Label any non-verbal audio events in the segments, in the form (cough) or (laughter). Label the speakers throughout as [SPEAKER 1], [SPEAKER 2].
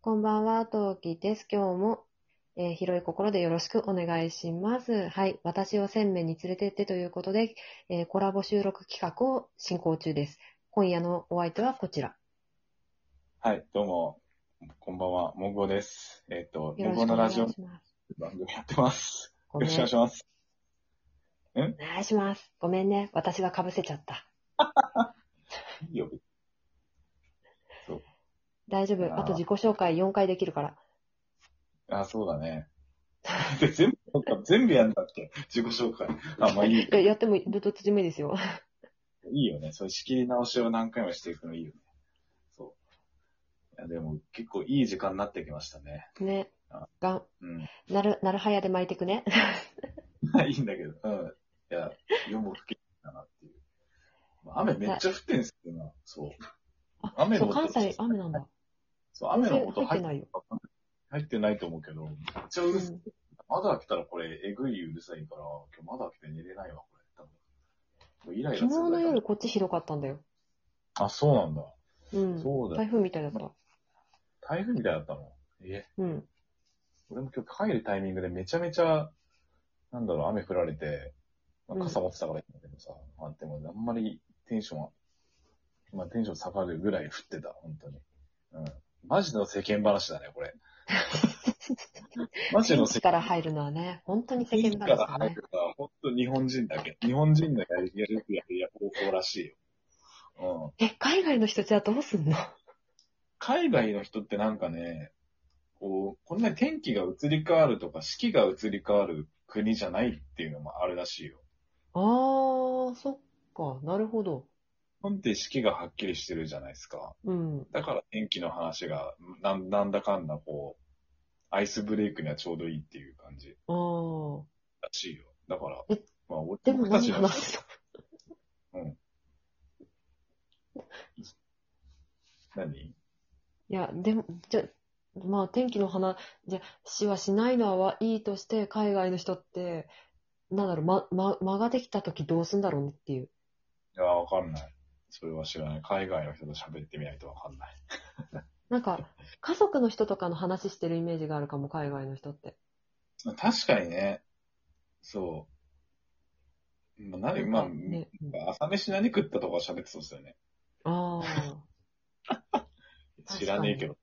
[SPEAKER 1] こんばんは、トウキです。今日も、えー広い心でよろしくお願いします。はい。私を鮮明に連れてってということで、えーコラボ収録企画を進行中です。今夜のお相手はこちら。
[SPEAKER 2] はい、どうも、こんばんは、もぐおです。えっ、と、
[SPEAKER 1] よろ
[SPEAKER 2] もぐ
[SPEAKER 1] し
[SPEAKER 2] お
[SPEAKER 1] く
[SPEAKER 2] の
[SPEAKER 1] お願
[SPEAKER 2] ラ
[SPEAKER 1] いし
[SPEAKER 2] ジオ
[SPEAKER 1] ます。
[SPEAKER 2] 番組やってます。
[SPEAKER 1] ご
[SPEAKER 2] よろ
[SPEAKER 1] め
[SPEAKER 2] し
[SPEAKER 1] ん
[SPEAKER 2] くお願いします。
[SPEAKER 1] お願いします。ごめんね。私が被せちゃった。
[SPEAKER 2] いいよ、別
[SPEAKER 1] 大丈
[SPEAKER 2] あ
[SPEAKER 1] 夫。
[SPEAKER 2] ー
[SPEAKER 1] あと自己紹介4回できるから。
[SPEAKER 2] にあ、そうだね。 (laughs) で全部、そっか全部やんだっけ自己紹介。あ、まあいい
[SPEAKER 1] い。ややってもどどっちでもいい
[SPEAKER 2] (laughs)
[SPEAKER 1] ですよ。
[SPEAKER 2] いいよね。そういう仕切り直しを何回もしていくのいいよね。そう。いや、でも結構いい時間になってきましたね。
[SPEAKER 1] ね
[SPEAKER 2] あ。
[SPEAKER 1] がん
[SPEAKER 2] うん。
[SPEAKER 1] なる、なるはやで巻いてくね。
[SPEAKER 2] いいんだけど、うん。いや、夜も更けたなっていう。まあ雨めっちゃ降ってんすけどな。そう。
[SPEAKER 1] あ
[SPEAKER 2] 雨
[SPEAKER 1] そ
[SPEAKER 2] の
[SPEAKER 1] う、
[SPEAKER 2] 音
[SPEAKER 1] 関西雨なんだ。
[SPEAKER 2] そう、雨の音
[SPEAKER 1] 入っ
[SPEAKER 2] 入ってて
[SPEAKER 1] ないよ。
[SPEAKER 2] 入ってないと思うけど、めっちゃう
[SPEAKER 1] う
[SPEAKER 2] るさい。
[SPEAKER 1] ん
[SPEAKER 2] 窓開けたらこれ、えぐいうるさいから、今日窓開けて寝れないわ、これ。多分もうイライラす
[SPEAKER 1] 昨
[SPEAKER 2] る
[SPEAKER 1] 日の夜こっちひどかったんだよ。
[SPEAKER 2] あ、そうなんだ。
[SPEAKER 1] うん。
[SPEAKER 2] そうだ
[SPEAKER 1] 台
[SPEAKER 2] よ。
[SPEAKER 1] 風みたいだった。
[SPEAKER 2] 台風みたいだったの。え、
[SPEAKER 1] うん。
[SPEAKER 2] 俺も今日帰るタイミングでめちゃめちゃ、なんだろう、雨降られて、まあ
[SPEAKER 1] うん
[SPEAKER 2] 傘持ってたからいいんだけどさ、まあでもあんまりテンションは、まあテンション下がるぐらい降ってた、本当に。うん。マジの世間話だね、これ。マジ
[SPEAKER 1] 天
[SPEAKER 2] の
[SPEAKER 1] 気
[SPEAKER 2] 世
[SPEAKER 1] か
[SPEAKER 2] 間
[SPEAKER 1] ら入るのはね、本当に世間
[SPEAKER 2] か
[SPEAKER 1] 話
[SPEAKER 2] ら
[SPEAKER 1] だ
[SPEAKER 2] 入
[SPEAKER 1] ね。
[SPEAKER 2] るのは、本当日本人だけ。日本人のやりやるやりや方法らしいよ。うん。
[SPEAKER 1] え、海外の人じゃあどうすんの
[SPEAKER 2] 海外の人ってなんかね、こう、こんなに天気が移り変わるとか、四季が移り変わる国じゃないっていうのもあるらしいよ。
[SPEAKER 1] あー、そっか。なるほど。
[SPEAKER 2] 日本って四季がはっきりしてるじゃないですか。
[SPEAKER 1] うん。
[SPEAKER 2] だから天気の話が、なんなんだかんだこう、アイスブレイクにはちょうどいいっていう感じ
[SPEAKER 1] あー。
[SPEAKER 2] らしいよ。だから
[SPEAKER 1] え、
[SPEAKER 2] まあ俺
[SPEAKER 1] でも
[SPEAKER 2] 僕た
[SPEAKER 1] 何
[SPEAKER 2] ち
[SPEAKER 1] の
[SPEAKER 2] の
[SPEAKER 1] 話だ
[SPEAKER 2] 何
[SPEAKER 1] いや、でも、じゃ、まあ天気の話、じゃ、しはしないのはいいとして、海外の人って、なんだろう、ま、ま、間ができた時どうすんだろうねっていう。
[SPEAKER 2] いや、わかんない。それは知らない。海外の人と喋ってみないとわかんない。
[SPEAKER 1] なんか、家族の人とかの話してるイメージがあるかも、海外の人って。
[SPEAKER 2] 確かにね。そう。まあ、何、まあ、
[SPEAKER 1] ね、うん
[SPEAKER 2] 朝飯何食ったとか喋ってそうですよね。
[SPEAKER 1] ああ。確かに
[SPEAKER 2] 知らねえ (laughs) けど。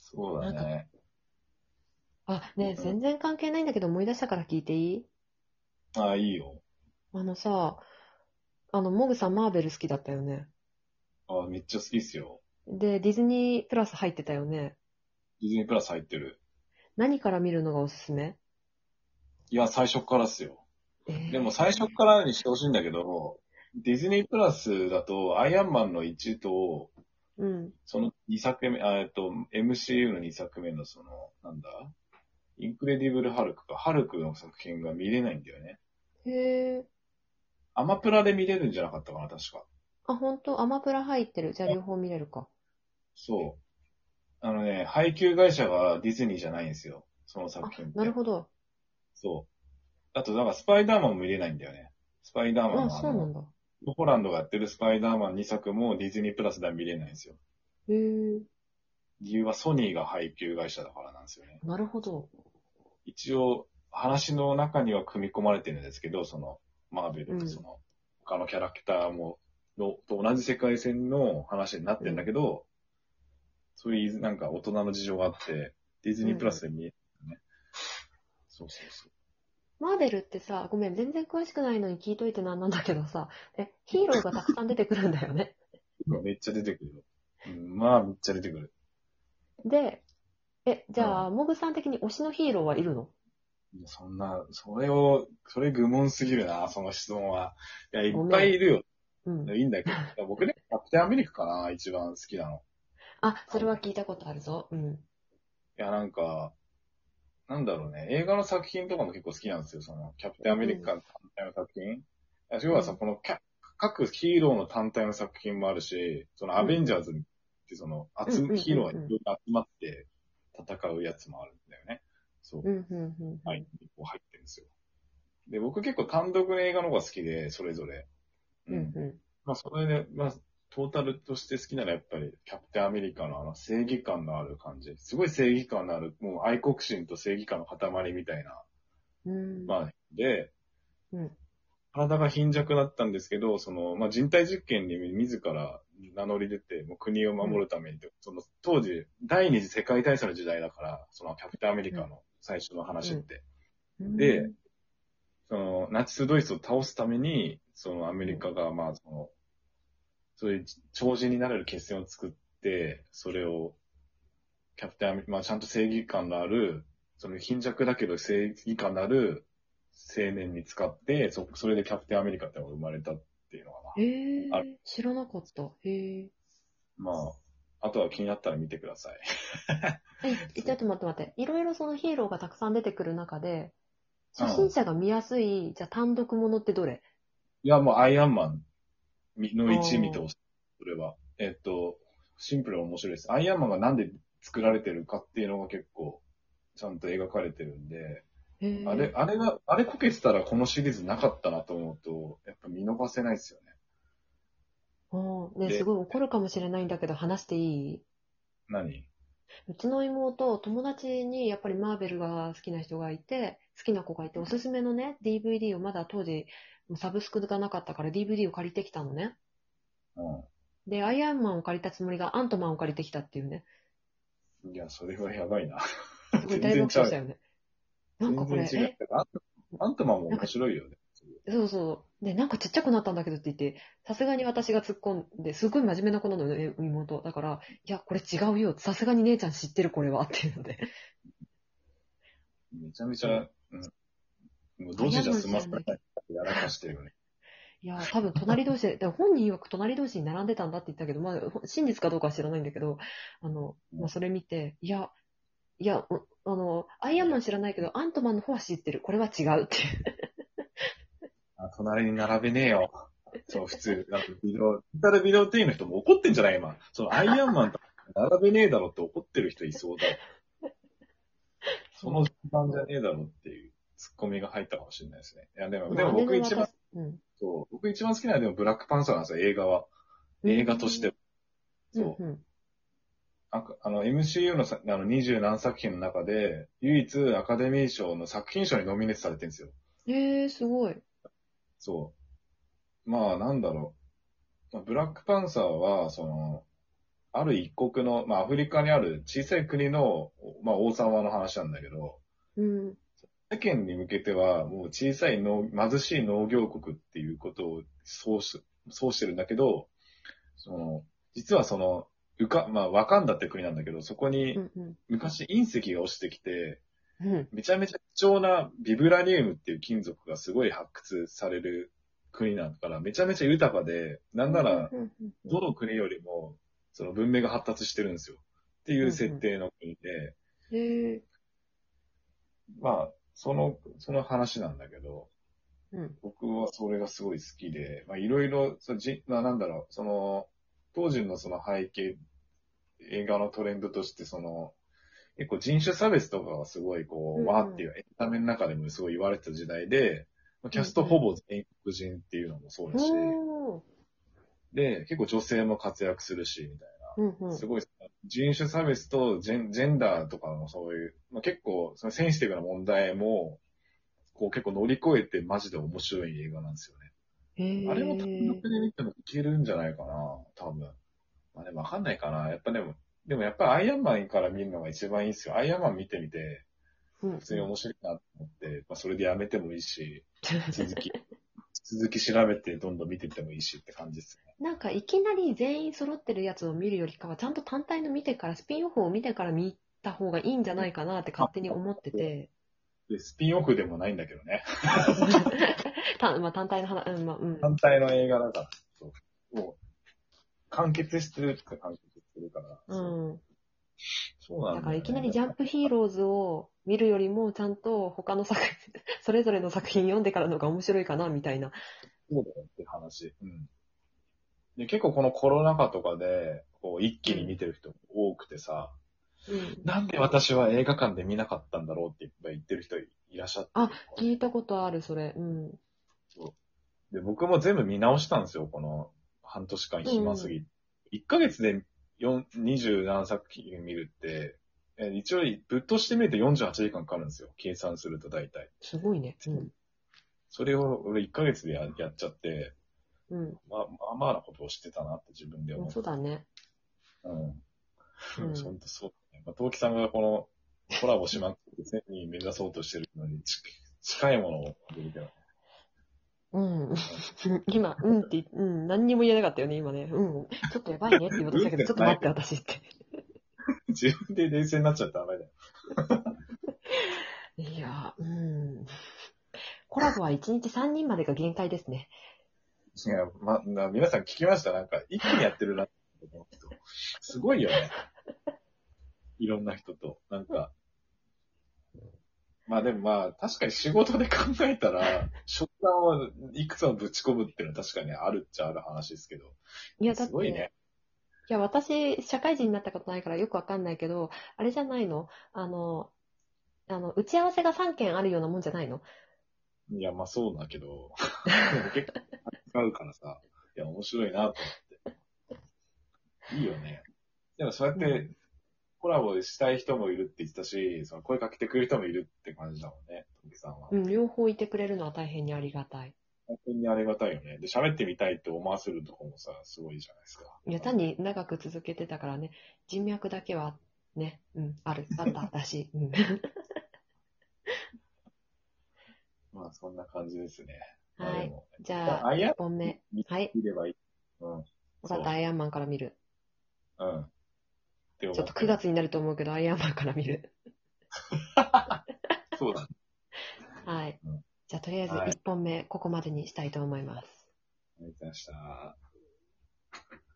[SPEAKER 2] そうだね。
[SPEAKER 1] あ、ね
[SPEAKER 2] う
[SPEAKER 1] え、
[SPEAKER 2] ん
[SPEAKER 1] 全然関係ないんだけど思い出したから聞いていい
[SPEAKER 2] ああ、いいよ。
[SPEAKER 1] あのさ、あの、モグさんマーベル好きだったよね。
[SPEAKER 2] ああ、めっちゃ好きっすよ。
[SPEAKER 1] で、ディズニープラス入ってたよね。
[SPEAKER 2] ディズニープラス入ってる。
[SPEAKER 1] 何から見るのがおすすめ
[SPEAKER 2] いや、最初からっすよ。
[SPEAKER 1] えー
[SPEAKER 2] でも最初からにしてほしいんだけど、ディズニープラスだと、アイアンマンの1と、
[SPEAKER 1] うん。
[SPEAKER 2] その2作目、あえっと、MCU の2作目のその、なんだインクレディブル・ハルクか、ハルクの作品が見れないんだよね。
[SPEAKER 1] へえ。
[SPEAKER 2] アマプラで見れるんじゃなかったかな、確か。
[SPEAKER 1] あ、ほんと、アマプラ入ってる。じゃあ両方見れるか。
[SPEAKER 2] そう。あのね、配給会社がディズニーじゃないんですよ。その
[SPEAKER 1] あ
[SPEAKER 2] 作品って。
[SPEAKER 1] なるほど。
[SPEAKER 2] そう。あと、なんかスパイダーマンも見れないんだよね。スパイダーマン
[SPEAKER 1] あ、
[SPEAKER 2] のあ
[SPEAKER 1] そうなんだ。
[SPEAKER 2] の、トムホランドがやってるスパイダーマン2作もディズニープラスでは見れないんですよ。
[SPEAKER 1] へえ。
[SPEAKER 2] 理由はソニーが配給会社だからなんですよね。
[SPEAKER 1] なるほど。
[SPEAKER 2] 一応、話の中には組み込まれてるんですけど、その、マーベル
[SPEAKER 1] う
[SPEAKER 2] と
[SPEAKER 1] ん
[SPEAKER 2] その、他のキャラクターも、の、と同じ世界線の話になってるんだけど、そういう、なんか大人の事情があって、ディズニープラスで見えるんだよね。そうそうそう。
[SPEAKER 1] マーベルってさ、ごめん、全然詳しくないのに聞いといてなんなんだけどさ、え、ヒーローがたくさん出てくるんだよね。
[SPEAKER 2] 今めっちゃ出てくるよ。うん、まあ、めっちゃ出てくる。
[SPEAKER 1] で、え、じゃあ、モグさん的に推しのヒーローはいるの
[SPEAKER 2] いやそんな、それを、それ愚問すぎるな、その質問は。いや、いっぱいいるよ。
[SPEAKER 1] うん。
[SPEAKER 2] いいんだけどいや。僕ね、キャプテンアメリカかな、一番好きなの。
[SPEAKER 1] あ、それは聞いたことあるぞ。うん。
[SPEAKER 2] いや、なんか、なんだろうね。映画の作品とかも結構好きなんですよ。その、キャプテンアメリカの単体の作品。いや要はさ、
[SPEAKER 1] うん
[SPEAKER 2] このキャ各ヒーローの単体の作品もあるし、そのアベンジャーズってその、集
[SPEAKER 1] うんうんうんうん
[SPEAKER 2] ヒーローがいろいろ集まって戦うやつもあるんだよね。そう。
[SPEAKER 1] うん、うん、うん。
[SPEAKER 2] はい。こう入ってるんですよ。で、僕結構単独の映画の方が好きで、それぞれ。
[SPEAKER 1] うん、う
[SPEAKER 2] まあ、それで、まあ、トータルとして好きならやっぱりキャプテンアメリカのあの正義感のある感じ。すごい正義感のある、もう愛国心と正義感の塊みたいな。
[SPEAKER 1] うん。
[SPEAKER 2] まあ、で、
[SPEAKER 1] うん
[SPEAKER 2] 体が貧弱だったんですけど、その、まあ、人体実験に自ら名乗り出て、もう国を守るためにと、その当時、第二次世界大戦の時代だから、そのキャプテンアメリカの最初の話って。で
[SPEAKER 1] うん、
[SPEAKER 2] その、ナチスドイツを倒すために、そのアメリカが、まあ、その、そういう超人になれる決戦を作って、それを、キャプテンアメリカ、まあ、ちゃんと正義感のある、その貧弱だけど正義感のある青年に使って、そ、それでキャプテンアメリカってのが生まれたっていうのか
[SPEAKER 1] え
[SPEAKER 2] あ
[SPEAKER 1] ー、知らなかった。へえ。
[SPEAKER 2] な。まあ、あとは気になったら見てください。
[SPEAKER 1] え、ちょっと待って待って。いろいろそのヒーローがたくさん出てくる中で、初心者が見やすい、じゃあ単独ものってどれ
[SPEAKER 2] いや、もうアイアンマンの一
[SPEAKER 1] うん
[SPEAKER 2] 見通し、それは。えっと、シンプルに面白いです。アイアンマンがなんで作られてるかっていうのが結構、ちゃんと描かれてるんで、
[SPEAKER 1] へー
[SPEAKER 2] あれ、あれが、あれこけてたらこのシリーズなかったなと思うと、やっぱ見逃せないですよね。
[SPEAKER 1] うんね、
[SPEAKER 2] です
[SPEAKER 1] ごい怒るかもしれないんだけど話していい
[SPEAKER 2] 何
[SPEAKER 1] うちの妹、友達にやっぱりマーベルが好きな人がいて、好きな子がいて、おすすめのね、DVD をまだ当時、サブスクがなかったから DVD を借りてきたのね。
[SPEAKER 2] う
[SPEAKER 1] で、アイアンマンを借りたつもりがアントマンを借りてきたっていうね。
[SPEAKER 2] ん。いや、それはやばいな。
[SPEAKER 1] すごい大爆笑したよね。なんかこれ、
[SPEAKER 2] 全然違う
[SPEAKER 1] え、。
[SPEAKER 2] アントアントマンも面白いよね。
[SPEAKER 1] そうそう。で、なんかちっちゃくなったんだけどって言って、さすがに私が突っ込んで、すごい真面目な子なのよね、妹。だから、いや、これ違うよ。さすがに姉ちゃん知ってる、これは。っていうので。
[SPEAKER 2] (laughs) めちゃめちゃ、うん。もう同時じゃ済ませない。やらかしてるよね。
[SPEAKER 1] いや、多分隣同士で、でも本人曰く隣同士に並んでたんだって言ったけど、まあ、ほ真実かどうかは知らないんだけど、あの、まあ、それ見て、いや、いや、おあの、アイアンマン知らないけど、アントマンの方は知ってる。これは違うっていう。
[SPEAKER 2] あ、隣に並べねえよ。そう、普通。なんかビデオ、デジタルビデオ店員の人も怒ってんじゃない今。そのアイアンマンと並べねえだろって怒ってる人いそうだわ。その時間じゃねえだろっていうツッコミが入ったかもしれないですね。いや、でも、でも僕一番、、
[SPEAKER 1] うん、
[SPEAKER 2] そう、僕一番好きなのはでもブラックパンサーなんですよ、映画は。映画としては。
[SPEAKER 1] うん、
[SPEAKER 2] そう。
[SPEAKER 1] うん
[SPEAKER 2] ああの、MCU のさあの二十何作品の中で、唯一アカデミー賞の作品賞にノミネートされてるんですよ。
[SPEAKER 1] えー、すごい。
[SPEAKER 2] そう。まあ、なんだろう。まあブラックパンサーは、その、ある一国の、まあ、アフリカにある小さい国の、まあ、王様の話なんだけど、
[SPEAKER 1] うん、
[SPEAKER 2] 世間に向けては、もう小さい農貧しい農業国っていうことをそうし、そうしてるんだけど、その、実はその、うか、まあ、ワカンダって国なんだけど、そこに
[SPEAKER 1] うん、うん
[SPEAKER 2] 昔隕石が落ちてきて、
[SPEAKER 1] うん。
[SPEAKER 2] めちゃめちゃ貴重なビブラニウムっていう金属がすごい発掘される国なんだから、めちゃめちゃ豊かで、なんなら
[SPEAKER 1] う、ん、うんうん
[SPEAKER 2] どの国よりも、その文明が発達してるんですよ。っていう設定の国で、
[SPEAKER 1] え
[SPEAKER 2] まあ、その、その話なんだけど、
[SPEAKER 1] ー、うん、
[SPEAKER 2] 僕はそれがすごい好きで、まあ、いろいろ、そのじまあ、なんだろう、その、当時のその背景、映画のトレンドとして、その、結構人種差別とかがすごい、こ
[SPEAKER 1] うん
[SPEAKER 2] う、
[SPEAKER 1] うん
[SPEAKER 2] わーっていうエンタメの中でもすごい言われてた時代で、まあキャストほぼ全員黒人っていうのもそうだし、
[SPEAKER 1] おー
[SPEAKER 2] で、結構女性も活躍するし、みたい
[SPEAKER 1] うん、うん
[SPEAKER 2] な。すごい、人種差別とジェンジェンダーとかのそういう、まあ、結構、そのセンシティブな問題も、こう結構乗り越えてマジで面白い映画なんですよね。
[SPEAKER 1] えー
[SPEAKER 2] あれも単独で見てもいけるんじゃないかな、多分。まあでもわかんないかな。やっぱでも、でもやっぱりアイアンマンから見るのが一番いいんですよ。アイアンマン見てみて、
[SPEAKER 1] うん
[SPEAKER 2] 普通に面白いなと思って、まあそれでやめてもいいし、続き、 (laughs) 続き調べてどんどん見てってもいいしって感じですね。
[SPEAKER 1] (laughs) なんかいきなり全員揃ってるやつを見るよりかは、ちゃんと単体の見てから、スピンオフを見てから見た方がいいんじゃないかなって勝手に思ってて、
[SPEAKER 2] で、スピンオフでもないんだけどね。
[SPEAKER 1] たまあ、単体の話、うん、まあ、うん。
[SPEAKER 2] 反対の映画だから、そうもう、完結してるって完結してるから。
[SPEAKER 1] うん、
[SPEAKER 2] そうなんだ、
[SPEAKER 1] だからいきなりジャンプヒー
[SPEAKER 2] ロ
[SPEAKER 1] ローズを見るよりも、ちゃんと他の作品、それぞれの作品読んでからの方が面白いかな、みたいな。
[SPEAKER 2] そうだよって話。うん。で、結構このコロナ禍とかで、こう、一気に見てる人も多くてさ、
[SPEAKER 1] うん、
[SPEAKER 2] なんで私は映画館で見なかったんだろうっていっぱい言ってる人いらっしゃって。
[SPEAKER 1] あ聞いたことある、それ。うん。
[SPEAKER 2] で、僕も全部見直したんですよ、この半年間暇すぎ、一1ヶ月で4 27作品見るって、えー一応ぶっ通してみると48時間かかるんですよ。計算すると大体。
[SPEAKER 1] すごいね。うん。
[SPEAKER 2] それを俺1ヶ月でややっちゃって、
[SPEAKER 1] うん。
[SPEAKER 2] まあまあまあなことをしてたなって自分で思う。
[SPEAKER 1] そうだね。
[SPEAKER 2] うん。
[SPEAKER 1] うん
[SPEAKER 2] 本当そうだね。まあ、東木さんがこのコラボしまくって1000人目指そうとしてるのに近い近いものをあげるけど。 (laughs)
[SPEAKER 1] うん。今、うんって言っ、うん、何にも言えなかったよね、今ね。うん。ちょっとやばいねって言おうとしたけ
[SPEAKER 2] (laughs)
[SPEAKER 1] ど、ちょっと待って、私って。
[SPEAKER 2] 自分で冷静になっちゃったらダメだよ。
[SPEAKER 1] いやー、うん。コラボは1日3人までが限界ですね。
[SPEAKER 2] いや、ま、な皆さん聞きましたなんか、一気にやってるなって思う人。すごいよね。いろんな人と。なんか。まあでもまあ、確かに仕事で考えたら、食感をいくつもぶち込むっていうのは確かにあるっちゃある話ですけど。
[SPEAKER 1] いや、だっ
[SPEAKER 2] す
[SPEAKER 1] て、
[SPEAKER 2] ごいね。
[SPEAKER 1] いや、私、社会人になったことないからよくわかんないけど、あれじゃないのあの、あの、打ち合わせが3件あるようなもんじゃないの
[SPEAKER 2] いや、まあそうだけど。 (laughs) でも結構使うからさ。いや、面白いなと思って。いいよね。でもそうやっ
[SPEAKER 1] う
[SPEAKER 2] て、コラボしたい人もいるって言ってたし、その声かけてくれる人もいるって感じだもんね、ト木さんは。
[SPEAKER 1] うん、両方いてくれるのは大変にありがたい。
[SPEAKER 2] 本当にありがたいよね。で、喋ってみたいって思わせるとこもさ、すごいじゃないですか。
[SPEAKER 1] いや、単に長く続けてたからね、人脈だけは、ね、うん、ある、あった、だし、うん。
[SPEAKER 2] まあ、そんな感じですね。まあ
[SPEAKER 1] は
[SPEAKER 2] で
[SPEAKER 1] い。
[SPEAKER 2] も
[SPEAKER 1] (laughs) じゃあ、
[SPEAKER 2] アイアン
[SPEAKER 1] 1本目。はい。
[SPEAKER 2] 見ればいい。うん。うん。
[SPEAKER 1] わかった、アイアンマンから見る。
[SPEAKER 2] って思
[SPEAKER 1] ちょっと9月になると思うけど、アイアンマンから見る。
[SPEAKER 2] そうだね。
[SPEAKER 1] はい
[SPEAKER 2] うん。
[SPEAKER 1] じゃあ、とりあえず
[SPEAKER 2] はい
[SPEAKER 1] 1本目、ここまでにしたいと思います。
[SPEAKER 2] ありがとうございました。